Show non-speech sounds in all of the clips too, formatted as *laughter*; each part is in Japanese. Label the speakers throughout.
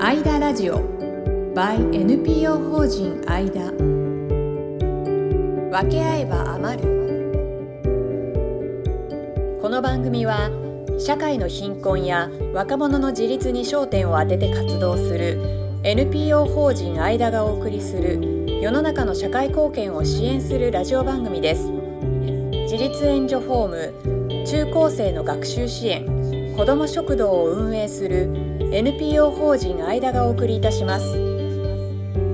Speaker 1: アイダラジオ by NPO 法人アイダ分け合えば余るこの番組は社会の貧困や若者の自立に焦点を当てて活動する NPO 法人アイダがお送りする世の中の社会貢献を支援するラジオ番組です自立援助ホーム中高生の学習支援子ども食堂を運営する NPO 法人アイダがお送りいたします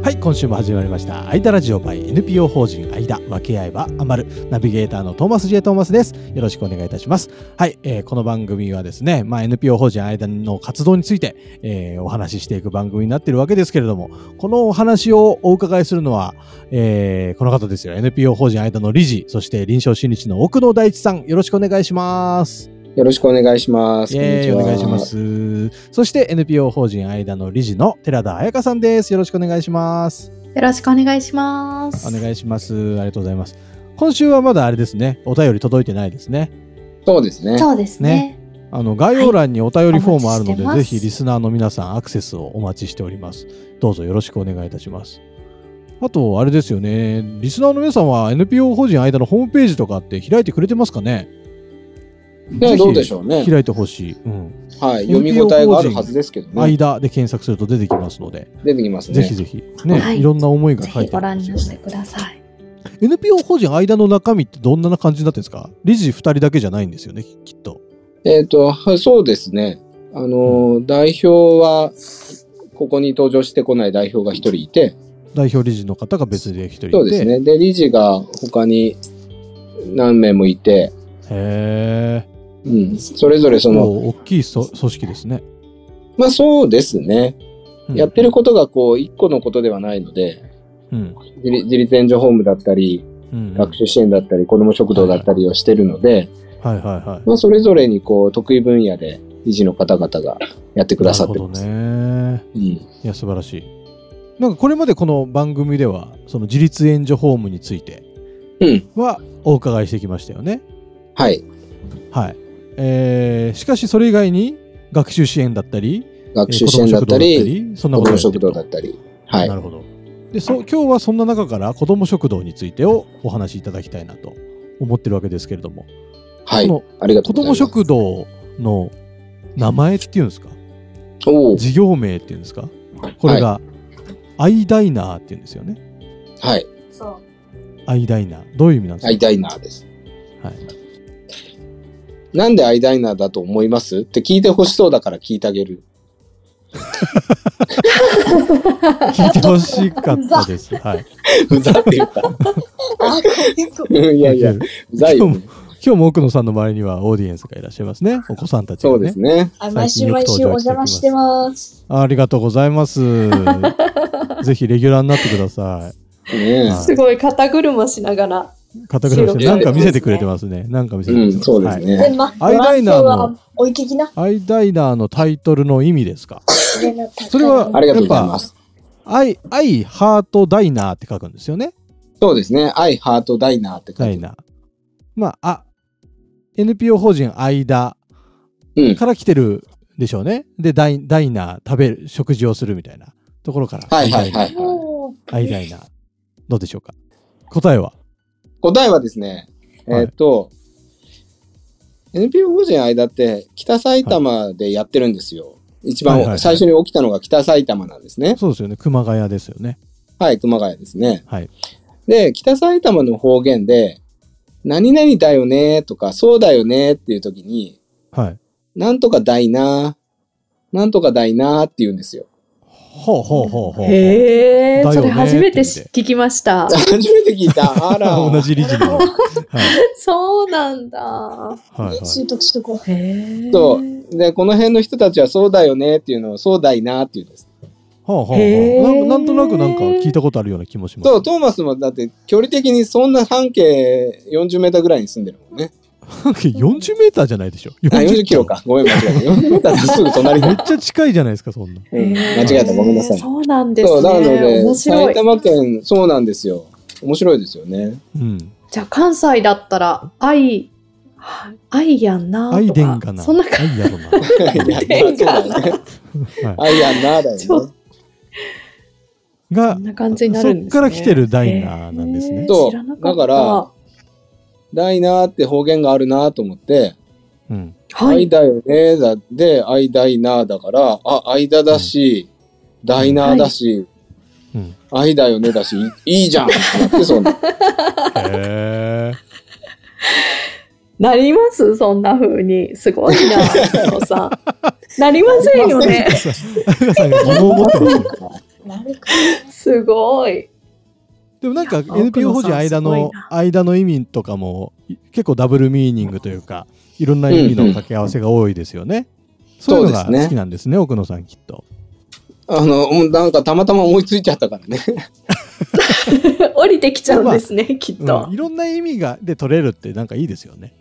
Speaker 2: はい今週も始まりました「アイダラジオ by NPO 法人アイダ分け合えば余る」ナビゲーターのトーマス J トーマスですよろしくお願いいたしますはい、えーこの番組はですね、まあ、NPO 法人アイダの活動について、えーお話ししていく番組になっているわけですけれどもこのお話をお伺いするのは、えーこの方ですよ NPO 法人アイダの理事そして臨床心理士の奥野大地さんよろしくお願いします
Speaker 3: よろしくお願いします。
Speaker 2: イエーイお
Speaker 3: こん
Speaker 2: 願い
Speaker 3: にち
Speaker 2: し
Speaker 3: は
Speaker 2: ますそして NPO 法人アイダの理事の寺田彩香さんですよろしくお願いします
Speaker 4: よろしくお願いします。
Speaker 2: お願いします。ありがとうございます。今週はまだあれですね、お便り届いてないですね。
Speaker 3: そうですね。
Speaker 4: そうですね。
Speaker 2: あの概要欄にお便りフォームあるので、
Speaker 4: はいお待
Speaker 2: ぜ
Speaker 4: ちしてます
Speaker 2: ひリスナーの皆さんアクセスをお待ちしております。どうぞよろしくお願いいたします。あと、あれですよね、リスナーの皆さんは NPO 法人間のホームページとかって開いてくれてますかねぜ
Speaker 3: ね、
Speaker 2: ひ
Speaker 3: どうでしょうね。
Speaker 2: 開いてほしい。うん。
Speaker 3: はい、読み応えがあるはずですけどね。
Speaker 2: 間で検索すると出てきますので、
Speaker 3: 出てきますね。
Speaker 2: ぜひぜひ、ね、
Speaker 4: はい
Speaker 2: い、ろんな思いが
Speaker 4: ぜ
Speaker 2: 書い
Speaker 4: ひ
Speaker 2: てあ
Speaker 4: ご
Speaker 2: り
Speaker 4: 覧
Speaker 2: ま
Speaker 4: に
Speaker 2: す
Speaker 4: なってください。
Speaker 2: NPO 法人間の中身ってどんな感じになってるんですか理事2人だけじゃないんですよね、きっと。
Speaker 3: えっ、と、はいそうですね。あのー、代表は、ここに登場してこない代表が一人いて、
Speaker 2: 代表理事の方が別で一人いて。
Speaker 3: そうです。ね。で、理事が他に何名もいて、
Speaker 2: へえ。
Speaker 3: うん、それぞれその、
Speaker 2: もう大きいそ組織ですね。
Speaker 3: まあそうですね。
Speaker 2: うん
Speaker 3: やってることがこう、一個のことではないので、
Speaker 2: うん。
Speaker 3: 自立自立援助ホームだったり、
Speaker 2: うん。
Speaker 3: 学習支援だったり、子ども食堂だったりをしてるので、
Speaker 2: はいはいはい。
Speaker 3: まあ、それぞれにこう得意分野で理事の方々がやってくださってます。
Speaker 2: なるほどね。
Speaker 3: うん
Speaker 2: いや、素晴らしい。なんかこれまでこの番組では、その自立援助ホームについて
Speaker 3: うん、
Speaker 2: はお伺いしてきましたよね。
Speaker 3: はい。
Speaker 2: はい。えー、しかしそれ以外に、学習支援だったり、
Speaker 3: 学習支援だった
Speaker 2: えー
Speaker 3: り、、
Speaker 2: 子ども食堂だったりそんなことやってると
Speaker 3: 子ども食堂だったり。はい
Speaker 2: な。るほど。でそう今日はそんな中から子ども食堂についてをお話しいただきたいなと思ってるわけですけれども、
Speaker 3: はい
Speaker 2: こ。の
Speaker 3: ありがと
Speaker 2: 子
Speaker 3: うご
Speaker 2: ど
Speaker 3: ざいま
Speaker 2: も
Speaker 3: す。
Speaker 2: 食堂の名前っていうんですか、
Speaker 3: おお
Speaker 2: 事業名っていうんですか、これがアイダイナーっていうんですよね。
Speaker 3: はい。
Speaker 4: そう。
Speaker 2: アイダイナー。どういう意味なんです
Speaker 3: ア
Speaker 2: か、
Speaker 3: イダイナーです。
Speaker 2: はい
Speaker 3: なんでアイダイナーだと思いますって聞いてほしそうだから聞いてあげる。 *laughs*
Speaker 2: 聞いて *laughs* ほしかったです。
Speaker 3: *laughs*
Speaker 2: はい、
Speaker 3: うざって言った。うんいやいや、う
Speaker 2: 今
Speaker 3: ざいよ、
Speaker 2: 今日も奥野さんの周りにはオーディエンスがいらっしゃいます
Speaker 3: *laughs*
Speaker 2: ね。お子さんたちが、ね。
Speaker 3: そうですね。
Speaker 4: あ
Speaker 2: 毎週毎週お邪魔して
Speaker 4: ます。
Speaker 2: ありがとうござい
Speaker 3: *laughs*
Speaker 2: ます。ぜひレギュラーになってください。
Speaker 3: ね
Speaker 2: はい
Speaker 4: すごい肩車しながら。
Speaker 2: 片倉さん、
Speaker 3: 収録
Speaker 2: なんか見せてくれてますね。なんか見せ
Speaker 3: う
Speaker 2: てくれ
Speaker 3: ん
Speaker 2: て、ます。
Speaker 3: そうですね。
Speaker 5: ま、
Speaker 2: アイダイナ
Speaker 5: 男
Speaker 2: ーの
Speaker 5: 性は追い聞きな。
Speaker 2: はい。アイダイナーのタイトルの意味ですか。それは
Speaker 3: ありがとうございます。
Speaker 2: アイ、アイ、ハートダイナーって書くんですよね。
Speaker 3: そうですね。アイハートダイナーって書
Speaker 2: ダ
Speaker 3: い
Speaker 2: イ
Speaker 3: てあ
Speaker 2: ナー。まあ、あ、NPO 法人アイダ
Speaker 3: る。うん。
Speaker 2: から来てるでしょうね。で、ダイダイナー、食べる、食事をするみたいなところから。
Speaker 3: はいはい
Speaker 2: ア
Speaker 3: は
Speaker 2: イダ
Speaker 3: い。
Speaker 2: イナーアイダイナー。どうでしょうか。答えは
Speaker 3: 答えはですね、
Speaker 2: はい
Speaker 3: えーっと、NPO 法人間って北埼玉でやってるんですよ。一番、
Speaker 2: はいはいはい
Speaker 3: 最初に起きたのが北埼玉なんですね。
Speaker 2: そうですよね。熊谷ですよね。
Speaker 3: はい、熊谷ですね。
Speaker 2: はい。
Speaker 3: で、北埼玉の方言で、何々だよねとか、そうだよねっていう時に、
Speaker 2: はい。
Speaker 3: なんとかだいななんとかだいなって言うんですよ。 *laughs*
Speaker 2: ほうほうほうほう。
Speaker 4: へえ、
Speaker 2: だよね
Speaker 4: それ初めて
Speaker 2: って言って
Speaker 4: 聞きました。
Speaker 3: 初めて聞いた。あ
Speaker 2: *laughs*
Speaker 3: ら。
Speaker 2: 同じ理事に。はい。
Speaker 4: *laughs* そうなんだ。
Speaker 2: はい、はい。
Speaker 5: 習得しとこ
Speaker 4: へえ。
Speaker 3: そう。で、この辺の人たちはそうだよねっていうのを、そうだいなって言うんです。
Speaker 2: はあはあ
Speaker 4: へー
Speaker 2: はあ、なんなんとなくなんか聞いたことあるような気もします。
Speaker 3: そう、トーマスもだって距離的にそんな半径40メーターぐらいに住んでるもん
Speaker 4: *laughs*
Speaker 3: ね。
Speaker 2: 半径40メーターじゃないでしょ。
Speaker 3: あ、40キロ。か。ごめん、間違
Speaker 4: *laughs*
Speaker 3: えた。40メーターですぐ隣
Speaker 2: め
Speaker 3: だ
Speaker 2: っ。ちゃ近いじゃないですか、そんな。
Speaker 3: うん間違えた。ごめんなさい。
Speaker 4: そうなんです
Speaker 3: そう、
Speaker 4: ね。
Speaker 3: なの
Speaker 4: 面
Speaker 3: で、
Speaker 4: 白
Speaker 3: 埼
Speaker 4: い。
Speaker 3: 玉県、そうなんですよ。面白いですよ
Speaker 4: *laughs*
Speaker 3: ね。
Speaker 2: うん。
Speaker 4: じゃあ関西だったら、愛、愛やんなとか。
Speaker 2: アイデンかな。
Speaker 4: そんな感
Speaker 2: アイやろな。
Speaker 3: いや、まあそうだね。
Speaker 2: は
Speaker 3: アイアンナーだよ
Speaker 4: ちょ
Speaker 3: ね。
Speaker 2: い、が
Speaker 4: こんな感じになるんですね。
Speaker 2: そっから来てるダイナーなんですね
Speaker 4: えー
Speaker 3: そう
Speaker 4: 知らなかっ
Speaker 3: だ
Speaker 4: た
Speaker 3: かダイナーって方言があるなと思って、
Speaker 2: うん、
Speaker 3: ア
Speaker 4: は
Speaker 3: イ
Speaker 4: い。
Speaker 3: だよねだで、アイダイナーだから、あ、アイダだし、ダイナーだし、
Speaker 2: うん、
Speaker 3: アイだよねだし、いいいじゃんってなって、そんな。
Speaker 2: へえ
Speaker 4: なりますそんな風に。すごいな、
Speaker 3: *laughs*
Speaker 4: 佐野さん。なりませんよね。
Speaker 2: 皆さんが疑問を持ってます
Speaker 4: すごい。
Speaker 2: でもなんか
Speaker 4: いや青
Speaker 2: NPO 法
Speaker 4: 黒さん
Speaker 2: 人間
Speaker 4: すご
Speaker 2: の
Speaker 4: いな
Speaker 2: 間の意味とかもい結構ダブルミーニングというかいろんな意味の掛け合わせが多いですよね。そういうのが
Speaker 3: そうですね
Speaker 2: 好きなんですね奥野さんきっと。
Speaker 3: あの、もうなんかたまたま思いついちゃったからね。 *laughs*
Speaker 4: 降りてきちゃうんですね、きっ
Speaker 2: うん
Speaker 4: と。
Speaker 2: いろんな意味がで取れるってなんかいいですよね。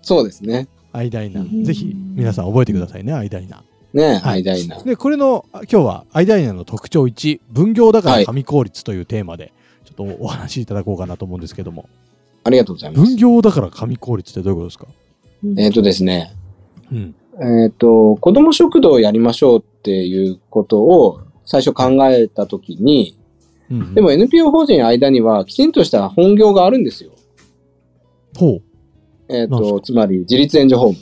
Speaker 3: そうですね。
Speaker 2: アイダイナ
Speaker 4: うん
Speaker 2: ぜひ皆さん覚えてくださいねアイダイナ
Speaker 3: ね、
Speaker 2: はい
Speaker 3: アイダイナー。
Speaker 2: でこれのあ今日はアイダイナの特徴1分業だか
Speaker 3: は
Speaker 2: ら
Speaker 3: い
Speaker 2: 紙効率というテーマでちょっとおお話しいただこうかなと思うんですけども
Speaker 3: ありがとうございま
Speaker 2: 分
Speaker 3: す。
Speaker 2: 業だから紙効率ってどういうことですか、
Speaker 3: えっ、とですね、
Speaker 2: うん
Speaker 3: えっ、と、子供食堂をやりましょうっていうことを最初考えたときに、
Speaker 2: うんうん
Speaker 3: でも NPO 法人の間にはきちんとした本業があるんですよ。
Speaker 2: ほう
Speaker 3: えっ、
Speaker 2: なんです
Speaker 3: と、つまり自立援助ホーム。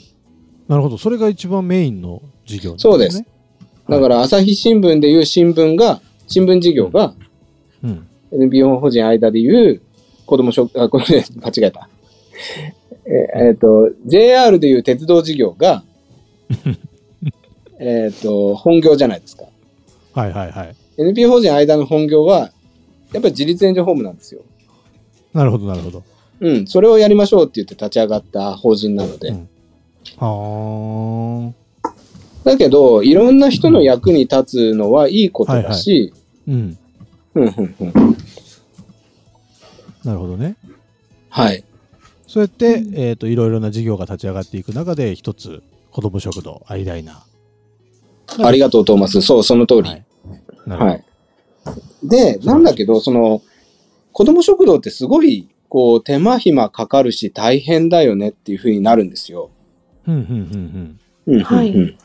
Speaker 2: なるほど、それが一番メインの事業なん
Speaker 3: そうです。だから朝日新聞でいう新聞が、新聞事業が
Speaker 2: うん、
Speaker 3: NPO 法人の間でいう子供食、あ、これ *laughs* 間違えた。ええっ、と、JR でいう鉄道事業
Speaker 2: *laughs*
Speaker 3: が、えっと、本業じゃないですか。
Speaker 2: はいはいはい。
Speaker 3: NPO 法人間の本業は、やっぱり自立援助ホームなんですよ。
Speaker 2: なるほどなるほど。
Speaker 3: うん、それをやりましょうって言って立ち上がった法人なので。
Speaker 2: うんは
Speaker 3: だけど、いろんな人の役に立つのはいいことだし、
Speaker 2: あ、うん、
Speaker 3: うんうんうん
Speaker 2: なるほどね。
Speaker 3: はい。
Speaker 2: そうやって、えっ、といろいろな事業が立ち上がっていく中で一つ子ども食堂アイダイナ
Speaker 3: ありがとう、トーマス。そう、その通
Speaker 2: ー。
Speaker 3: り。
Speaker 2: はい。なるほど
Speaker 3: はい。で、なんだけど、その、子供食堂ってすごい、こう、手間暇かかるし大変だよねっていうふうになるんですよ。
Speaker 2: うんうんうん
Speaker 3: うんうんうん
Speaker 4: はい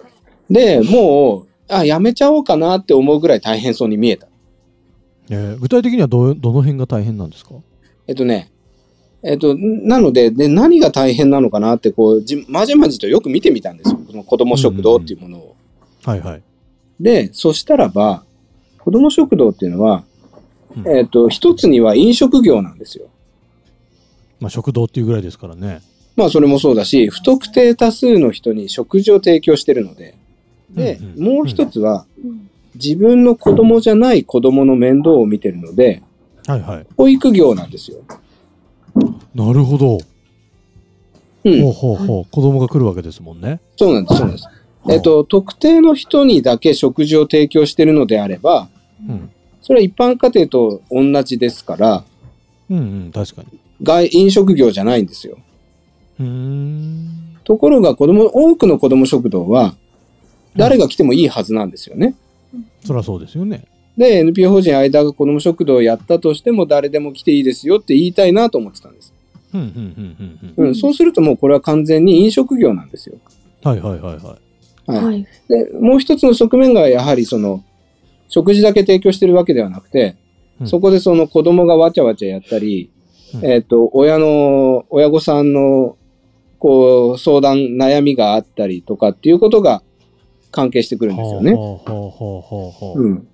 Speaker 3: で、もう、あ、やめちゃおうかなって思うぐらい大変そうに見えた。
Speaker 2: うん。えー具体的にはどうどの辺が大変なんですか。
Speaker 3: えっとね、えっと、なので、で、何が大変なのかなって、こう、じまじまじとよく見てみたんですよ。この子供食堂っていうものを。
Speaker 2: はいはい。
Speaker 3: で、そしたらば、子供食堂っていうのは、
Speaker 2: うん
Speaker 3: えっと、一つには飲食業なんですよ。
Speaker 2: まあ食堂っていうぐらいですからね。
Speaker 3: まあ、それもそうだし、不特定多数の人に食事を提供してるので。で、
Speaker 2: うんうん
Speaker 3: もう一つは、自分の子供じゃない子供の面倒を見てるので、
Speaker 2: はいはい。
Speaker 3: 保育業なんですよ。
Speaker 2: なるほど。
Speaker 3: うん。
Speaker 2: ほうほうほう。子供が来るわけですもんね。
Speaker 3: そうなんです、そうなんです。えっと、特定の人にだけ食事を提供しているのであれば、
Speaker 2: うん。
Speaker 3: それは一般家庭と同じですから、
Speaker 2: うんうん確かに。
Speaker 3: 外、飲食業じゃないんですよ。
Speaker 2: うーん。
Speaker 3: ところが、子供、多くの子供食堂は、誰が来てもいいはずなんですよね。
Speaker 2: そりゃそうですよね。
Speaker 3: で、NPO 法人間が子供食堂をやったとしても、誰でも来ていいですよって言いたいなと思ってたんです。
Speaker 2: うんうんうんうん
Speaker 3: うん、そうするともうこれは完全に飲食業なんですよ。
Speaker 2: うん。はいはいはいはい。
Speaker 3: はい。
Speaker 4: はい。
Speaker 3: で、もう一つの側面が、やはりその、食事だけ提供してるわけではなくて、
Speaker 2: うん
Speaker 3: そこでその子供がわちゃわちゃやったり、
Speaker 2: うん
Speaker 3: えっ、と、親の、親御さんの、こう、相談、悩みがあったりとかっていうことが関係してくるんですよね。
Speaker 2: ほうほうほうほうほうほう。
Speaker 3: うん。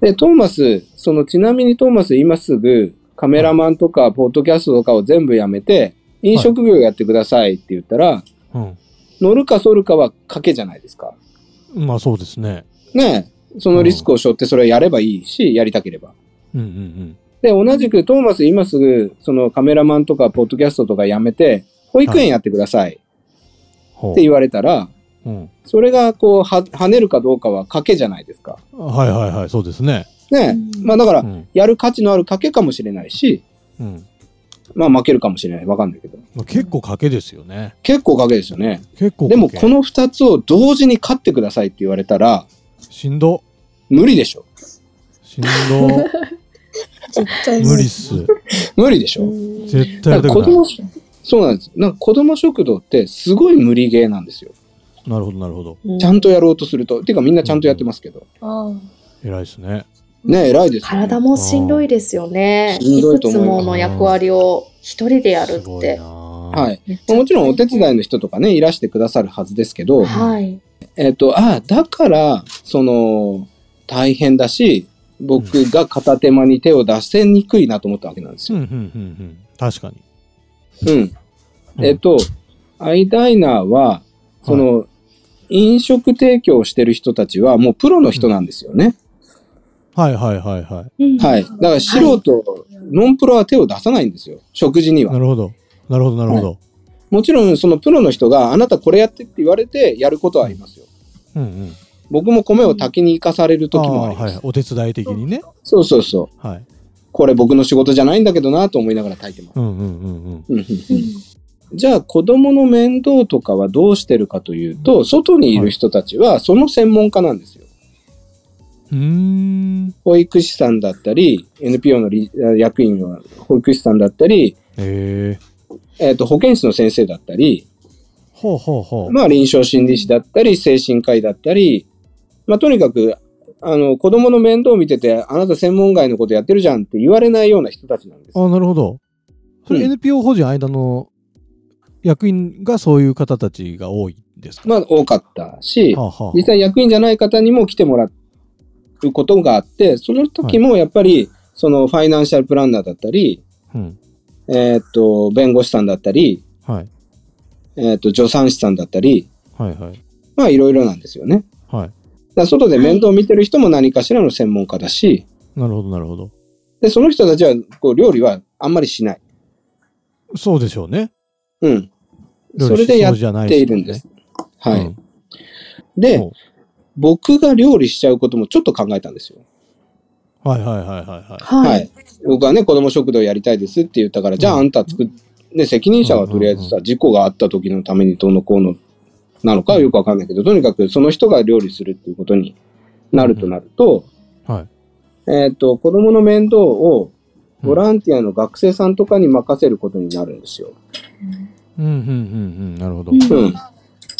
Speaker 3: で、トーマス、その、ちなみにトーマス、今すぐ、カメラマンとか、ポッドキャストとかを全部やめて、飲食業やってくださいって言ったら、
Speaker 2: うん。
Speaker 3: 乗るか反るかは賭けじゃないですか。
Speaker 2: まあそうですね。
Speaker 3: ねえ、そのリスクを背負ってそれをやればいいし、やりたければ。
Speaker 2: うんうん
Speaker 3: で、同じくトーマス今すぐ、そのカメラマンとかポッドキャストとかやめて、保育園やってくださいっ
Speaker 2: うん。ほう
Speaker 3: て言われたら、
Speaker 2: うん。
Speaker 3: それがこう、は、跳ねるかどうかは賭けじゃないですか。
Speaker 2: はいはいはい、そうですね。
Speaker 3: ね
Speaker 4: う
Speaker 3: え。
Speaker 4: ん
Speaker 3: まあだか
Speaker 2: う
Speaker 3: ら、
Speaker 2: ん。
Speaker 3: やる価値のある賭けかもしれないし、
Speaker 2: うん。
Speaker 3: まあ負けるかもしれない。わかんないけど。
Speaker 2: まあ、結構賭けですよね。
Speaker 3: 結構賭けですよね。
Speaker 2: 結構賭け
Speaker 3: でもこの二つを同時に勝ってくださいって言われたら、
Speaker 2: しんど。
Speaker 3: 無理でしょ。
Speaker 2: しんど。 *laughs* 無理っす。
Speaker 3: 無理でしょ。
Speaker 4: う
Speaker 2: 絶対やりた
Speaker 3: 子
Speaker 2: くない。
Speaker 3: 供、そうなんです。なんか子供食堂ってすごい無理ゲーなんですよ。
Speaker 2: なるほど、なるほど。
Speaker 4: う
Speaker 3: ちゃんとやろうとすると。てかみんなちゃんとやってますけど。
Speaker 4: あー
Speaker 2: 偉いですね。
Speaker 3: ね偉いですよね、
Speaker 4: 体もしんどいですよね。
Speaker 3: しん
Speaker 4: い
Speaker 3: どい
Speaker 4: く
Speaker 3: と
Speaker 4: つ
Speaker 3: 思います
Speaker 4: もの役割を一人でやる
Speaker 2: す
Speaker 4: っ
Speaker 2: ごい
Speaker 4: て
Speaker 2: な。
Speaker 3: は。
Speaker 2: はい
Speaker 3: もちろんお手伝いの人とかね、いらしてくださるはずですけど、
Speaker 4: はい。
Speaker 3: えっ、と、ああ、だから、その、大変だし、僕が片手間に手を出せにくいなと思ったわけなんです
Speaker 2: うん、
Speaker 3: よ。
Speaker 2: うん、うん、うん。確かに。
Speaker 3: うん。
Speaker 2: うん
Speaker 3: えっ、と、アイダイナーは、その、飲食提供をしてる人たちはもうプロの人なんですよね。
Speaker 2: はい、はい、はい、は
Speaker 4: うん
Speaker 3: はい。だから素人、ノンプロは手を出さないんですよ。食事に
Speaker 2: い。な
Speaker 3: は。
Speaker 2: るほど。なるほど、なるほど。
Speaker 3: もちろん、そのプロの人があなたこれやってって言われてやることはありますよ。
Speaker 2: うん、うん。
Speaker 3: 僕も米を炊きに行かされる時もあり
Speaker 2: ー
Speaker 3: ま
Speaker 2: は
Speaker 3: す。
Speaker 2: い。お手伝い的にね。
Speaker 3: そうそうそう。
Speaker 2: はい。
Speaker 3: これ僕の仕事じゃないんだけどなと思いながら炊いてます
Speaker 2: う。ん、うん、うん、うん。
Speaker 3: うんうん
Speaker 4: う
Speaker 3: うんんじゃあ子供の面倒とかはどうしてるかというと、外にいる人たちはその専門家なんですよ。
Speaker 2: うーん。
Speaker 3: 保育士さんだったり、NPO の理役員は保育士さんだったり、
Speaker 2: ええ。
Speaker 3: えっと保健室の先生だったり、
Speaker 2: ほうほうほう。
Speaker 3: まあ、臨床心理士だったり、精神科医だったり、まあ、とにかく、あの、子供の面倒を見てて、あなた専門外のことやってるじゃんって言われないような人たちなんです。
Speaker 2: あなるほど。それ
Speaker 3: うん
Speaker 2: NPO 法人間の役員がそういう方たちが多いんですか、
Speaker 3: まあ、多かったし
Speaker 2: は、あはあ
Speaker 3: 実際役員じゃない方にも来てもらうことがあって、その時もやっぱり、そのファイナンシャルプランナーだったり、
Speaker 2: うん
Speaker 3: えーっと、弁護士さんだったり、
Speaker 2: はい
Speaker 3: えーっと、助産師さんだったり、
Speaker 2: はいはい
Speaker 3: まあ、いろいろなんですよね。
Speaker 2: はい。
Speaker 3: だから外で面倒を見てる人も何かしらの専門家だし、
Speaker 2: なるほどなるほど。
Speaker 3: で、その人たちは、こう、料理はあんまりしない。
Speaker 2: そうでしょうね。
Speaker 3: うん。
Speaker 2: 料
Speaker 3: そ
Speaker 2: 理
Speaker 3: れでや
Speaker 2: しそ
Speaker 3: っ
Speaker 2: うじゃない
Speaker 3: ているんです。
Speaker 2: もん
Speaker 3: は
Speaker 2: ね。
Speaker 3: い。
Speaker 2: うん
Speaker 3: で
Speaker 2: ほ、
Speaker 3: 僕が料理しちゃうこともちょっと考えたんですよ。
Speaker 2: はいはいはいはいはい。
Speaker 3: はい。
Speaker 4: はい。
Speaker 3: 僕はね、子供食堂やりたいですって言ったから、じゃあ
Speaker 2: うん
Speaker 3: あんた作っ、ね、責任者はとりあえずさ、事故があった時のためにどうのこうのなのかはよくわかんないけど、とにかくその人が料理するっていうことになるとなると、
Speaker 2: はい。
Speaker 3: えっ、と、子供の面倒をボランティアの学生さんとかに任せることになるんですよ。
Speaker 2: うんうんうんうん。なるほど。
Speaker 4: うん
Speaker 3: うん。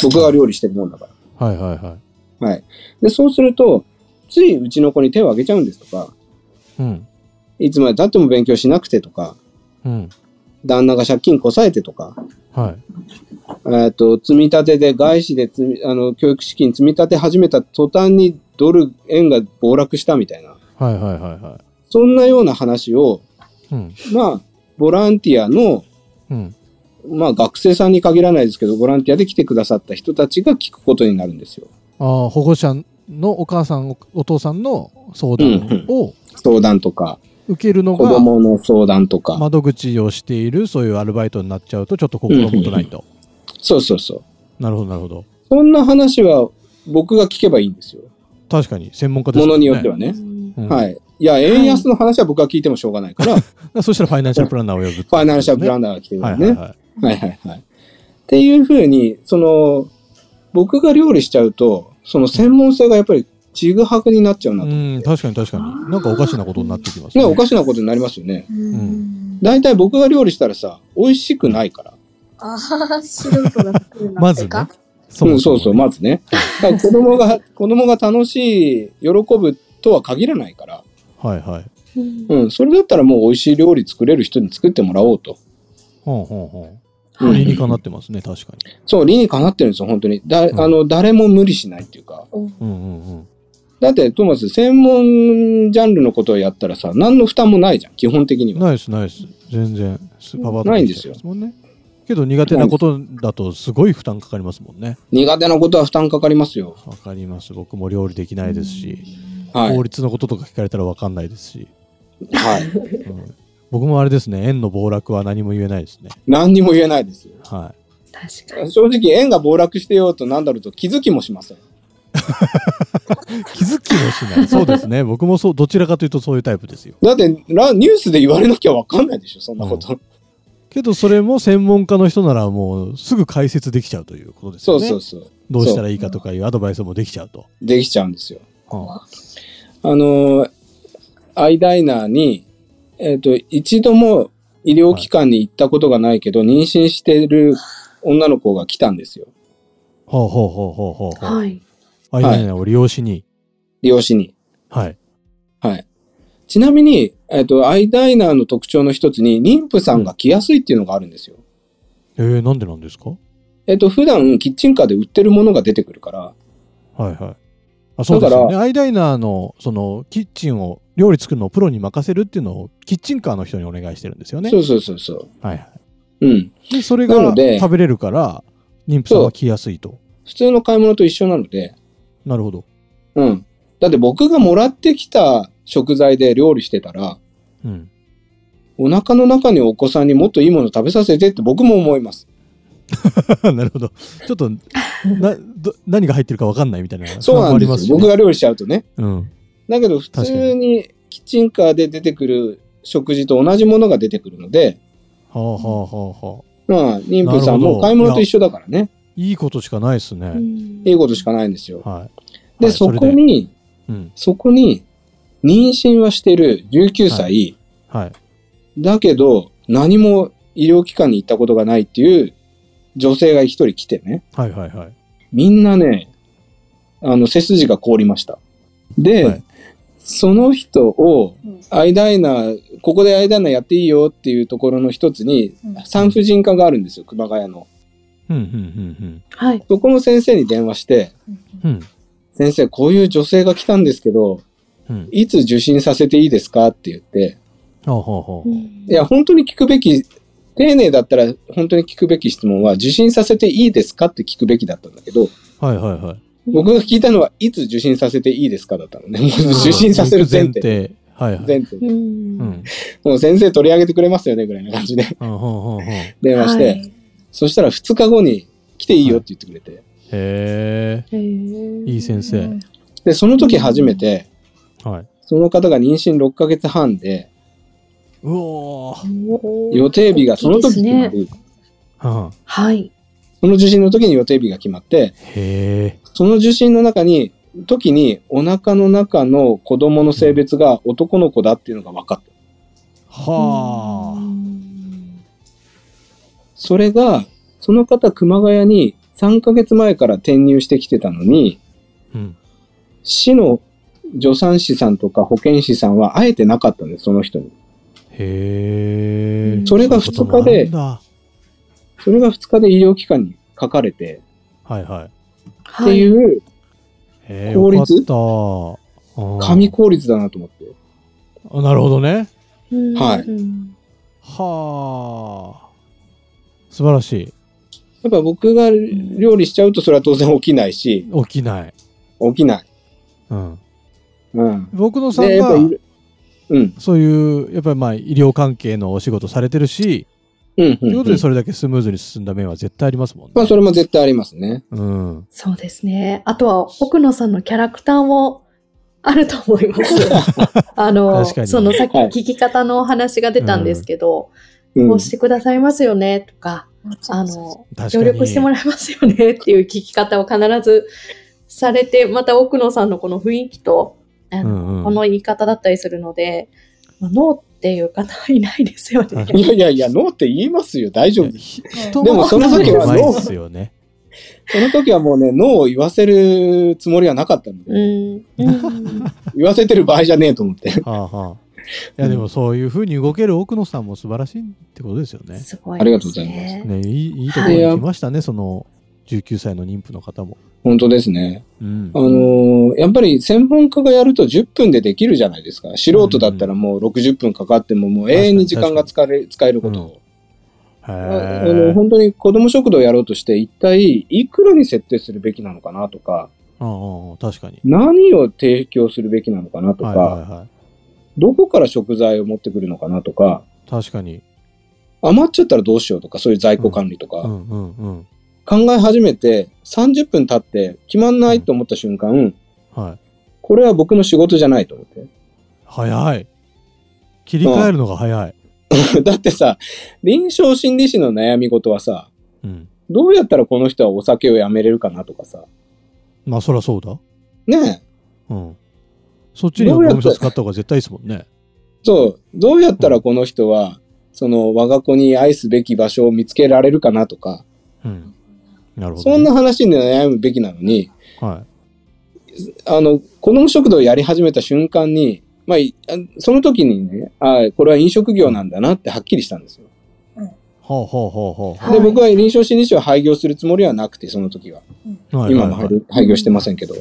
Speaker 3: 僕が料理してるもんだから。
Speaker 2: はいはいは
Speaker 3: はい。で、そうすると、ついうちの子に手を挙げちゃうんですとか、
Speaker 2: い。うん
Speaker 3: いつまで経っても勉強しなくてとか、
Speaker 2: うん
Speaker 3: 旦那が借金こさえてとか、
Speaker 2: はい。
Speaker 3: えーと、積み立てで外資で積みあの教育資金積み立て始めた途端にドル、円が暴落したみたいな、
Speaker 2: はいはいはいは
Speaker 3: そんなような話を、
Speaker 2: い。うん
Speaker 3: まあ、ボランティアの、
Speaker 2: うん。
Speaker 3: まあ学生さんに限らないですけど、ボランティアで来てくださった人たちが聞くことになるんですよ。
Speaker 2: ああ保護者のお母さんおお父さんの相談を
Speaker 3: 相談とか、
Speaker 2: 受けるの
Speaker 3: 子
Speaker 2: が
Speaker 3: 供の相談とか。
Speaker 2: 窓口をしているそういうアルバイトになっちゃうとちょっと心もとないと。
Speaker 3: そうそうそう。
Speaker 2: なるほどなるほど。
Speaker 3: そんな話は僕が聞けばいいんですよ。
Speaker 2: 確かに専門家です
Speaker 3: も
Speaker 2: もん
Speaker 3: の
Speaker 2: ね
Speaker 3: によってはね。
Speaker 2: うん
Speaker 3: はい。いや、円安の話は僕は聞いてもしょうがないから、
Speaker 2: *laughs*
Speaker 3: フ
Speaker 2: そしたらファイナンシャルプランナーを呼ぶってことですね、
Speaker 3: ァイナンシャルプランナーが来てるからね。
Speaker 2: はいはいはい。
Speaker 3: はいはいはい。っていうふうに、その、僕が料理しちゃうと、その専門性がやっぱりちぐはぐになっちゃうなと。ね、
Speaker 2: うん、確かに確かに。なんかおかしなことになってきます
Speaker 3: おかしなことになりますよね。
Speaker 2: ん
Speaker 3: 大体僕が料理したらさ、美味しくないから。
Speaker 4: ああ、素人が作る
Speaker 2: まずね。そ
Speaker 3: うん、
Speaker 2: もそ
Speaker 3: そ
Speaker 2: も
Speaker 3: うそう、ま
Speaker 2: *laughs*
Speaker 3: ずね。だから子供が、子供が楽しい、喜ぶとは限らないから。
Speaker 2: はいはい。
Speaker 3: うん、それだったらもう美味しい料理作れる人に作ってもらおうと。
Speaker 2: ほんほんほ。
Speaker 3: うんん
Speaker 2: 理にかなってますね、確かに。
Speaker 3: そう、理にかなってるんですよ、本当に。だ、
Speaker 2: うん
Speaker 3: あの、誰も無理しないっていうか。
Speaker 2: うんうんうん。
Speaker 3: だって、トーマス、専門ジャンルのことをやったらさ、何の負担もないじゃん、基本的には。
Speaker 2: ナイスナイス。全然、スパパッと
Speaker 3: ないんですよ
Speaker 2: もんね。けど苦手なことだとすごい負担かかりますもんね。
Speaker 3: 苦手なことは負担かかりますよ。
Speaker 2: わかります。僕も料理できないですし、
Speaker 3: はい
Speaker 2: 法。律のこととか聞かれたらわかんないですし、
Speaker 3: は
Speaker 2: う
Speaker 3: い。
Speaker 2: ん僕もあれですね、円の暴落は何も言えないですね。
Speaker 3: 何にも言えないですよ。
Speaker 2: は
Speaker 4: 確かに。
Speaker 3: 正直、円が暴落してようと何だろうと気づきもしません。
Speaker 2: い。気づきもしない。そうですね。僕もそう、どちらかというとそういうタイプですよ。
Speaker 3: だって、ラニュースで言われなきゃわかんないでしょ、そんなこと。
Speaker 2: けどそれも専門家の人ならもうすぐ解説できちゃうということです
Speaker 3: そ
Speaker 2: よ
Speaker 3: う
Speaker 2: ね。
Speaker 3: そうそう。
Speaker 2: どうしたらいいかとかいうアドバイスもできちゃうと。
Speaker 3: できちゃうんですよ。
Speaker 2: は
Speaker 3: あの、アイダイナーに、えっ、と、一度も医療機関に行ったことがないけど、妊娠してる女の子が来たんですよ。
Speaker 2: あほうほうほうほうほうほう。
Speaker 4: はい。
Speaker 2: あ、いいね。を利用しに。
Speaker 3: 利用しに。
Speaker 2: はい。
Speaker 3: はい。ちなみに、えっと、アイライナーの特徴の一つに、妊婦さんが着やすいっていうのがあるんですよ。
Speaker 2: えー、なんでなんですか
Speaker 3: えっと、普段、キッチンカーで売ってるものが出てくるから、
Speaker 2: はいはい。あ、そうですよ
Speaker 3: だ
Speaker 2: ね。
Speaker 3: か
Speaker 2: アイライナーの、その、キッチンを、料理作るのをプロに任せるっていうのを、キッチンカーの人にお願いしてるんですよね
Speaker 3: そ。うそうそうそ
Speaker 2: はいは
Speaker 3: う。うん。
Speaker 2: い。で、それ
Speaker 3: な
Speaker 2: が
Speaker 3: ので
Speaker 2: 食べれるから、妊婦さんは来やすいと。
Speaker 3: 普通の買い物と一緒なので、
Speaker 2: なるほど。
Speaker 3: うん。だって僕がもらってきた食材で料理してたら、
Speaker 2: うん。 *laughs*
Speaker 3: お腹の中にお子さんにもっといいもの食べさせてって僕も思います。
Speaker 2: なるほど。ちょっと、な、ど何が入ってるかわかんないみたいな。
Speaker 3: そう
Speaker 2: 不安
Speaker 3: なんです
Speaker 2: もあり
Speaker 3: よ。
Speaker 2: ますしね
Speaker 3: 僕が料理しちゃうとね。
Speaker 2: うん。
Speaker 3: だけど普通にキッチンカーで出てくる食事と同じものが出てくるので、
Speaker 2: はあはあはあはあ。
Speaker 3: まあ、妊婦さん
Speaker 2: なるほ
Speaker 3: も
Speaker 2: ど
Speaker 3: 買い物と一緒だからね。
Speaker 2: いいことしかないですね。
Speaker 4: うん
Speaker 3: いいことしかないんですよ。
Speaker 2: はい。
Speaker 3: で、
Speaker 2: はい
Speaker 3: そこ。
Speaker 2: れで
Speaker 3: に、
Speaker 2: うん。
Speaker 3: そこに、妊娠はしてる19歳、
Speaker 2: ははい。
Speaker 3: だけど、何も医療機関に行ったことがないっていう女性が一人来てね、
Speaker 2: はいはいはい。
Speaker 3: みんなね、あの、背筋が凍りました。で、
Speaker 2: はい
Speaker 3: その人を
Speaker 1: うん、
Speaker 3: アイダイナー、ここでアイダイナーやっていいよっていうところの一つに
Speaker 1: うん、
Speaker 3: 産婦人科があるんですよ、熊谷の。
Speaker 2: うんうん
Speaker 4: はい。
Speaker 3: そこの先生に電話して、
Speaker 2: うんうん。うん
Speaker 3: 先生、こういう女性が来たんですけど、
Speaker 2: うん。
Speaker 3: いつ受診させていいですかって言って、
Speaker 2: ほうほうほう。
Speaker 4: うん
Speaker 3: いや、本当に聞くべき、丁寧だったら本当に聞くべき質問は、受診させていいですかって聞くべきだったんだけど、
Speaker 2: はいはいはい。
Speaker 3: 僕が聞いたのは、いつ受診させていいですかだったのね。もう受診させる前提。
Speaker 2: 提。はいはい。
Speaker 3: 前提。
Speaker 4: う。
Speaker 2: うんん。
Speaker 3: もう先生取り上げてくれますよねぐらいな感じで
Speaker 2: うんほうほうほう。へ
Speaker 3: 電話して、
Speaker 4: はい
Speaker 3: そしたら2日後に来ていいよって言ってくれて。
Speaker 2: え。
Speaker 4: へー
Speaker 2: いい先生。
Speaker 3: で、その時初めて、
Speaker 2: はい。
Speaker 3: その方が妊娠6ヶ月半で、
Speaker 2: うおー。
Speaker 4: おー
Speaker 3: 予定日がその時
Speaker 4: い
Speaker 3: 決
Speaker 4: いで
Speaker 3: ます
Speaker 4: ね
Speaker 3: り、
Speaker 2: うん
Speaker 4: はい。
Speaker 3: その受診の時に予定日が決まって、
Speaker 2: へえ。
Speaker 3: その受診の中に、時にお腹の中の子供の性別が男の子だっていうのが分かった。
Speaker 2: はあ。
Speaker 3: それが、その方熊谷に3ヶ月前から転入してきてたのに、
Speaker 2: うん。
Speaker 3: 市の助産師さんとか保健師さんは会えてなかったんです、その人に。
Speaker 2: へえ。
Speaker 3: それが
Speaker 2: そういうこと
Speaker 3: 二日で
Speaker 2: なんだ
Speaker 3: それが2日で医療機関に書かれて、
Speaker 2: はいはい。
Speaker 4: は
Speaker 3: ってい
Speaker 4: い。
Speaker 3: う、
Speaker 2: へえ。
Speaker 3: 効率
Speaker 2: よかった。うん
Speaker 3: 神効率だなと思って。
Speaker 2: あなるほどね。
Speaker 4: うん
Speaker 3: はい
Speaker 4: うん
Speaker 2: はあ。素晴らしい。
Speaker 3: やっぱ僕が料理しちゃうとそれは当然起きないし、
Speaker 2: 起きない。
Speaker 3: 起きない。
Speaker 2: うん。
Speaker 3: うん。
Speaker 2: 僕のさん
Speaker 3: で、やっぱい
Speaker 2: が
Speaker 3: る。うん。
Speaker 2: そういうやっぱりまあ医療関係のお仕事されてるし、
Speaker 3: うん。う
Speaker 2: というんことでそれだけスムーズに進んだ面は絶対ありますもんね。
Speaker 3: まあ、それも絶対ありますね。
Speaker 2: うん。
Speaker 4: そうですね。あとは、奥野さんのキャラクターもあると思い
Speaker 3: *laughs*
Speaker 4: ます。あの、
Speaker 2: 確かに
Speaker 4: そのさっき
Speaker 3: はい
Speaker 4: 聞き方のお話が出たんですけど、
Speaker 3: うん
Speaker 4: こうしてくださいますよねとか、あの、
Speaker 2: 確か
Speaker 4: 協
Speaker 2: に。
Speaker 4: 力してもらえますよねっていう聞き方を必ずされて、また奥野さんのこの雰囲気と、あの
Speaker 2: うんうん
Speaker 4: この言い方だったりするので、まあノーっていう方はいないですよね
Speaker 2: 確。
Speaker 3: いやいやいや、ノーって言いますよ。大丈夫。
Speaker 2: ひ
Speaker 1: はい
Speaker 2: 人
Speaker 3: でもその時は
Speaker 2: うまいですよね。
Speaker 3: その時はもうね、ノーを言わせるつもりはなかったので、
Speaker 4: うん。 *laughs* うん
Speaker 3: 言わせてる場合じゃねえと思って。 *laughs*
Speaker 2: はあはあ。いやでもそういうふうに動ける奥野さんも素晴らしいってことですよね。
Speaker 4: すごい、
Speaker 3: ありがとうございます
Speaker 4: ね。
Speaker 2: ねいいいいところに来ましたね、その19歳の妊婦の方も。
Speaker 3: 本当ですね。
Speaker 2: うん
Speaker 3: あ。のーやっぱり専門家がやると10分でできるじゃないですか。素人だったらもう60分かかっても、もう永遠に時間が使える使えることを。
Speaker 2: へ
Speaker 3: ああの
Speaker 2: え。
Speaker 3: 本当に子ども食堂やろうとして、一体いくらに設定するべきなのかなとか、
Speaker 2: うんうんうん確かに。
Speaker 3: 何を提供するべきなのかなとか、
Speaker 2: はいはいは
Speaker 3: どこから食材を持ってくるのかなとか、
Speaker 2: い。確かに。
Speaker 3: 余っちゃったらどうしようとか、そういう在庫管理とか、
Speaker 2: うんうんうん。
Speaker 3: 考え始めて30分経って決まんないと思った瞬間、
Speaker 2: はい。
Speaker 3: これは僕の仕事じゃないと思って。 *laughs*
Speaker 2: 早い。切り替えるのが早い。
Speaker 3: だってさ、臨床心理士の悩み事はさ、
Speaker 2: うん。
Speaker 3: どうやったらこの人はお酒をやめれるかなとかさ、
Speaker 2: まあそりゃそうだ。
Speaker 3: ねえ、
Speaker 2: うん。そっちに脳みそ使った方が絶対いいですもんね。
Speaker 3: そう、どうやったらこの人は、その我が子に愛すべき場所を見つけられるかなとか、
Speaker 2: うん。なるほど、
Speaker 3: そんな、話に悩むべきなのに、
Speaker 2: は
Speaker 3: あの、子供食堂をやり始めた瞬間に、まあ、いあその時にね、あこれは飲食業なんだなってはっきりしたんですよ。
Speaker 2: い。ほうほうほうほ
Speaker 4: は
Speaker 3: で、
Speaker 4: い
Speaker 3: 僕は臨床心理士を廃業するつもりはなくて、その時は。
Speaker 2: う。はい
Speaker 3: 今も
Speaker 2: はい
Speaker 3: 廃業廃業してませんけど。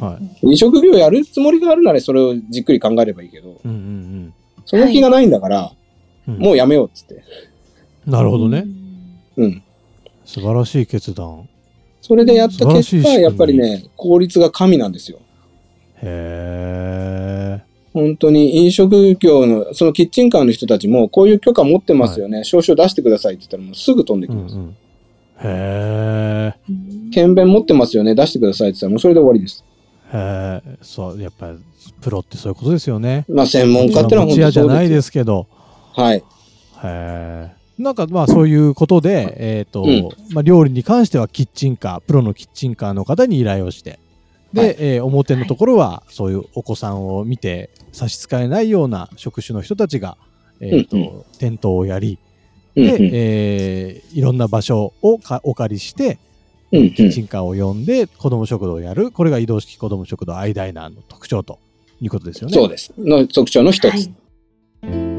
Speaker 2: はい
Speaker 3: 飲食業やるつもりがあるならそれをじっくり考えればいいけど、
Speaker 2: うんうん
Speaker 3: その気がないんだから、
Speaker 2: うんうん。
Speaker 3: もうやめようっつって。
Speaker 2: なるほどね。
Speaker 3: うん。
Speaker 2: 素晴らしい決断。
Speaker 3: それでやった
Speaker 2: 素晴
Speaker 3: 結
Speaker 2: らしい仕
Speaker 3: 果、
Speaker 2: 組み
Speaker 3: やっぱりね、効率が神なんですよ。
Speaker 2: へ
Speaker 3: 本当に飲食業の、そのキッチンカーの人たちも、こういう許可持ってますよね、証書出してくださいって言ったら、もうすぐ飛んで
Speaker 2: え。う
Speaker 3: き
Speaker 2: ん
Speaker 3: ます。
Speaker 2: うん。へえ。
Speaker 4: うん
Speaker 3: 検便持ってますよね、出してくださいって言ったら、もうそれで終わりです。
Speaker 2: へえ。そう、やっぱりプロってそういうことですよね。
Speaker 3: まあ、専門家ってのは
Speaker 2: 持
Speaker 3: 本
Speaker 2: ち
Speaker 3: 当
Speaker 2: 屋じゃ
Speaker 3: そう
Speaker 2: ない
Speaker 3: で。
Speaker 2: ですすけど。
Speaker 3: はい。
Speaker 2: へえ。なんかまあそういうことで、えっ、と、
Speaker 3: う
Speaker 2: まあ、料理に関してはキッチンカー、プロのキッチンカーの方に依頼をして、で、
Speaker 3: はい
Speaker 2: えー表のところはそういうお子さんを見て差し支えないような職種の人たちが、えーと
Speaker 3: うんう
Speaker 2: 店頭をやり、
Speaker 3: うん
Speaker 2: で、
Speaker 3: うん
Speaker 2: えーいろんな場所をかお借りして、
Speaker 3: うんうん
Speaker 2: キッチンカーを呼んで子ども食堂をやる、これが移動式子ども食堂アイダイナーの特徴ということですよね。
Speaker 3: そうです。の特徴の一つ。
Speaker 4: はい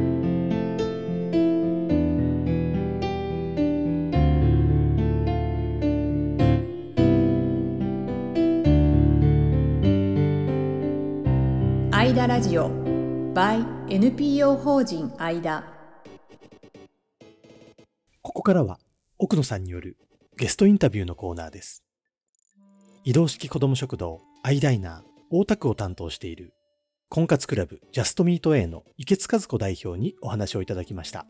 Speaker 1: アイダラジオ by NPO 法人アイダ
Speaker 5: ここからは奥野さんによるゲストインタビューのコーナーです。移動式子ども食堂アイダイナー大田区を担当している婚活クラブジャストミート A の池津和子代表にお話をいただきました。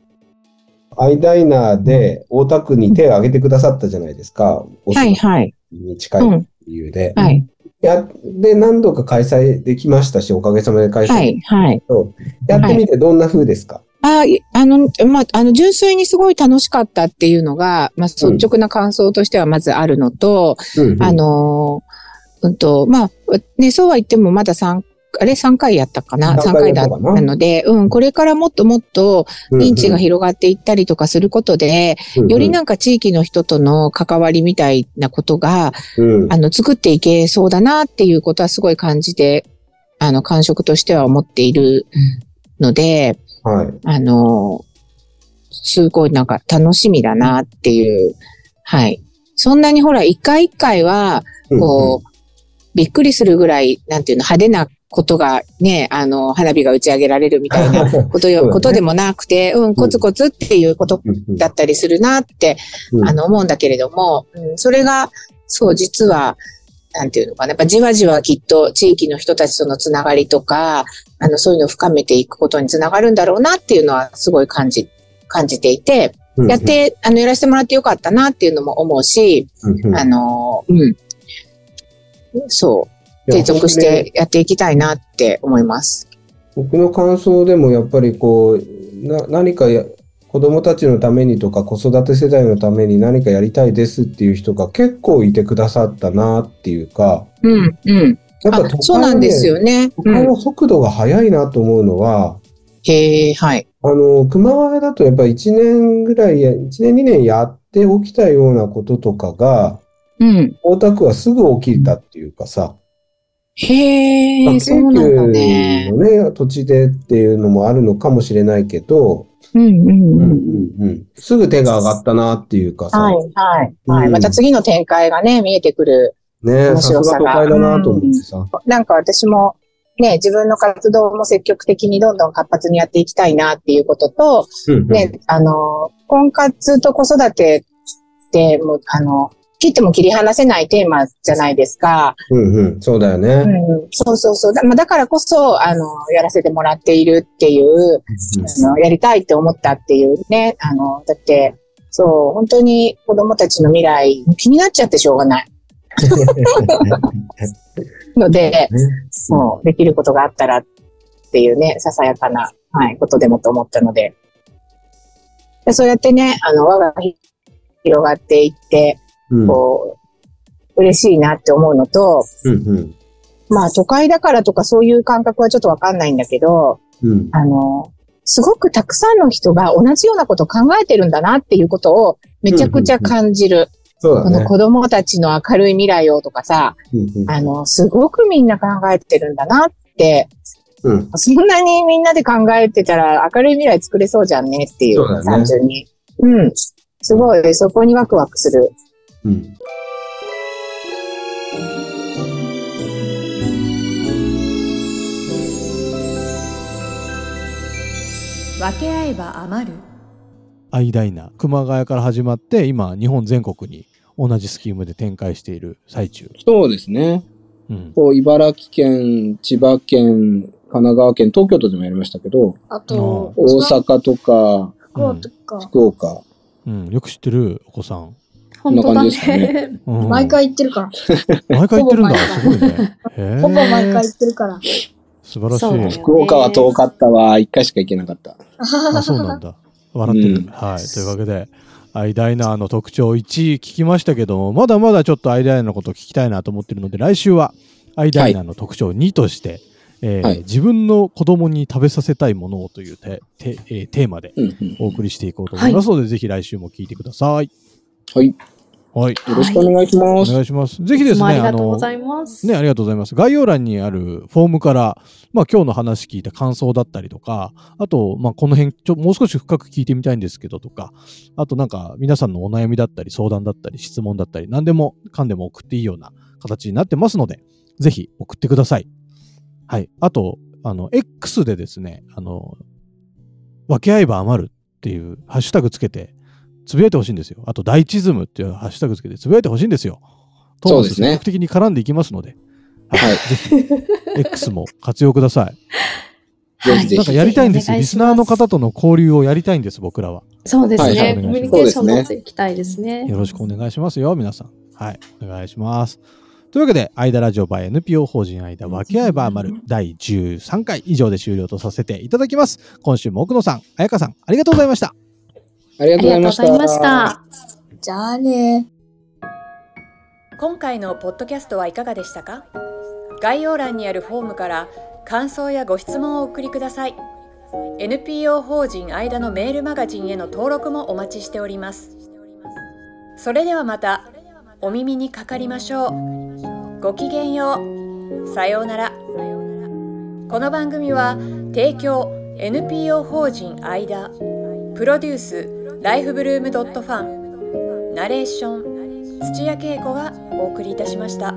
Speaker 6: アイダイナーで大田区に手を挙げてくださったじゃないですか。
Speaker 7: はいはい。
Speaker 6: お住まいに
Speaker 7: う
Speaker 6: 近い
Speaker 7: ん。
Speaker 6: 理由で。
Speaker 7: はい。
Speaker 6: やで、何度か開催できましたし、おかげさまで開催、
Speaker 7: はい。はい。
Speaker 6: やってみてどんな風ですか、
Speaker 7: あいあの、まあ、あの、純粋にすごい楽しかったっていうのが、まあ、率直な感想としてはまずあるのと、
Speaker 6: うんうん
Speaker 7: あのー、うんと、まあ、ね、そうは言ってもまだ3、あれ3回やったかな
Speaker 6: 三回
Speaker 7: ?3 回
Speaker 6: や
Speaker 7: だ
Speaker 6: っ
Speaker 7: った
Speaker 6: かな
Speaker 7: たので、うん、これからもっともっと認知が広がっていったりとかすることで、よりなんか地域の人との関わりみたいなことが、
Speaker 6: うん
Speaker 7: あの、作っていけそうだなっていうことはすごい感じて、あの、感触としては思っているので、
Speaker 6: はい。
Speaker 7: あの、すごいなんか楽しみだなっていう、はい。そんなにほら、一回一回は、
Speaker 6: *laughs*
Speaker 7: こう、びっくりするぐらい、なんていうの、派手なことがね、あの、花火が打ち上げられるみたいなことよ、
Speaker 6: そうだね
Speaker 7: ことでもなくて、うん、コツコツっていうこと
Speaker 6: うんうん
Speaker 7: だったりするなって
Speaker 6: うん
Speaker 7: あの思うんだけれども、うん、それが、そう、実は、なんていうのかな、やっぱじわじわきっと地域の人たちとのつながりとか、あの、そういうのを深めていくことにつながるんだろうなっていうのはすごい感じ、感じていて、やっ、て、あの、やらせてもらってよかったなっていうのも思うし、
Speaker 6: うんうん
Speaker 7: あの、うん。そう、継続し。
Speaker 6: いや
Speaker 7: てやっていきたいなって思います。
Speaker 6: 僕の感想でもやっぱりこうな何かや子供たちのためにとか子育て世代のために何かやりたいですっていう人が結構いてくださったなっていうか、
Speaker 7: うん、うん。
Speaker 6: やっぱ都会は
Speaker 7: あ
Speaker 6: ね
Speaker 7: そうなんですよね。
Speaker 6: 都
Speaker 7: う
Speaker 6: 会
Speaker 7: ん、
Speaker 6: の速度が速いなと思うのは、
Speaker 7: へえ、はい。
Speaker 6: あの、熊谷だとやっぱり1年ぐらいや、1年2年やっておきたようなこととかが、
Speaker 7: うん。
Speaker 6: 大田区はすぐ起きたっていうかさ、
Speaker 7: へ
Speaker 6: まあ
Speaker 7: え、そうなんだ
Speaker 6: 京
Speaker 7: ね。
Speaker 6: 急のね、土地でっていうのもあるのかもしれないけど、
Speaker 7: うん、う
Speaker 6: う
Speaker 7: ん、うんん
Speaker 6: う。んうん、すぐ手が上がったなっていうかさ、
Speaker 7: はい、はい、は
Speaker 6: う
Speaker 7: い。
Speaker 6: ん
Speaker 7: また次の展開がね、見えてくる。
Speaker 6: ね
Speaker 7: 面
Speaker 6: さす
Speaker 7: 白
Speaker 6: が
Speaker 7: さ
Speaker 6: 都
Speaker 7: が
Speaker 6: 会だなと思ってさ、
Speaker 7: なんか私も、ね、自分の活動も積極的にどんどん活発にやっていきたいなっていうことと、
Speaker 6: うん
Speaker 7: ね、あの、婚活と子育てって、もう、あの、切っても切り離せないテーマじゃないですか。
Speaker 6: うんうん、そうだよね。
Speaker 7: うん、そうそうそう。だ,、まあ、だからこそ、あの、やらせてもらっているっていう、あの、やりたいって思ったっていうね。あの、だって、そう、本当に子供たちの未来、気になっちゃってしょうがない。ので、そう、できることがあったらっていうね、ささやかな、はい、ことでもと思ったので。でそうやってね、あの、輪がひ広がっていって、
Speaker 6: うん
Speaker 7: こう、嬉しいなって思うのと、
Speaker 6: うんうん
Speaker 7: まあ、都会だからとかそういう感覚はちょっとわかんないんだけど、
Speaker 6: うん
Speaker 7: あの、すごくたくさんの人が同じようなことを考えてるんだなっていうことをめちゃくちゃ感じる。
Speaker 6: そうだ
Speaker 7: こ
Speaker 6: ね
Speaker 7: の。子供たちの明るい未来をとかさ、
Speaker 6: うんうん
Speaker 7: あの、すごくみんな考えてるんだなって、
Speaker 6: うん
Speaker 7: そんなにみんなで考えてたら明るい未来作れそうじゃんねっていう、
Speaker 6: そうだね
Speaker 7: 単純に。うん。すごい、そこにワクワクする。
Speaker 6: うん
Speaker 1: 分け合えば余る
Speaker 2: アイダイナ熊谷から始まって今日本全国に同じスキームで展開している最中、
Speaker 3: そうですね。
Speaker 2: うん、
Speaker 3: こう、茨城県、千葉県、神奈川県、東京都でもやりましたけど、
Speaker 4: あと、
Speaker 3: 大阪とか、
Speaker 4: 福岡か。
Speaker 3: 福岡。
Speaker 2: うん、よく知ってるお子さん、
Speaker 4: 本当だ
Speaker 3: こんな感じですか
Speaker 4: ね。
Speaker 2: うん
Speaker 8: 毎回行ってるから。
Speaker 2: 毎回言ってるんだす
Speaker 8: ほ
Speaker 2: ごいねへえ
Speaker 8: ほぼ毎回行ってるから。
Speaker 2: 素晴らし
Speaker 4: そうだ
Speaker 2: い
Speaker 4: よ
Speaker 3: 福岡は遠かったわ。一回しか行けなかった。
Speaker 2: *laughs* あそうなんだ笑ってる、
Speaker 3: うん
Speaker 2: はいというわけでアイダイナーの特徴1聞きましたけどもまだまだちょっとアイダイナーのこと聞きたいなと思ってるので来週はアイダイナーの特徴2として、えー
Speaker 3: はい
Speaker 2: 自分の子供に食べさせたいものをというてて、えーテーマで
Speaker 3: うんうん。
Speaker 2: お送りしていこうと思いますので、ぜひ来週も聞いてください。
Speaker 3: はい。よ
Speaker 2: はい。
Speaker 3: ろしくお願いし
Speaker 2: お
Speaker 3: ます。
Speaker 2: 願いします。ぜひ
Speaker 4: い
Speaker 2: です
Speaker 4: つ
Speaker 2: ね、
Speaker 4: もありがとうご
Speaker 2: の、
Speaker 4: ざいます。
Speaker 2: ね、ありがとうございます。概要欄にあるフォームから、まあ今日の話聞いた感想だったりとか、あと、まあこの辺、ちょ、もう少し深く聞いてみたいんですけどとか、あとなんか皆さんのお悩みだったり、相談だったり、質問だったり、何でもかんでも送っていいような形になってますので、ぜひ送ってください。はい。あと、あの、X でですね、あの、分け合えば余るっていうハッシュタグつけて、つぶやいてほしいんですよ。あと、ダイチズムっていうハッシュタグつけてつぶやいてほしいんですよ。トーマス
Speaker 3: そうですね
Speaker 2: 積極的に絡んでいきますので、
Speaker 3: はい
Speaker 2: ぜひ、X も活用ください。
Speaker 3: ぜ *laughs* ひぜ
Speaker 2: なんか
Speaker 3: ひ。
Speaker 2: やりたいんですよ。
Speaker 4: お願
Speaker 2: リ
Speaker 4: いし
Speaker 2: ス
Speaker 4: ます
Speaker 2: ナーの方との交流をやりたいんです、僕らは。
Speaker 4: そうです
Speaker 3: はい
Speaker 4: ね。
Speaker 2: はい
Speaker 4: コミュニケーション持っていきたいですね。
Speaker 2: よろしくお願いしますよ、皆さん。はい、お願いします。というわけで、アイダラジオ by NPO 法人アイダ分け合えば余る第13回以上で終了とさせていただきます。今週も奥野さん、彩香さん、ありがとうございました。
Speaker 3: ありが
Speaker 4: あ
Speaker 3: と
Speaker 4: り
Speaker 3: う
Speaker 4: が
Speaker 3: ご
Speaker 4: と
Speaker 3: ざ
Speaker 4: う
Speaker 3: い
Speaker 4: ご
Speaker 3: まし。
Speaker 4: ざいましたた。
Speaker 8: じゃあね
Speaker 1: 今回のポッドキャストはいかがでしたか概要欄にあるフォームから感想やご質問をお送りください NPO 法人間のメールマガジンへの登録もお待ちしておりますそれではまたお耳にかかりましょうごきげんようさようならこの番組は提供 NPO 法人間プロデュースライフブルームドットファンナレーション土屋恵子がお送りいたしました。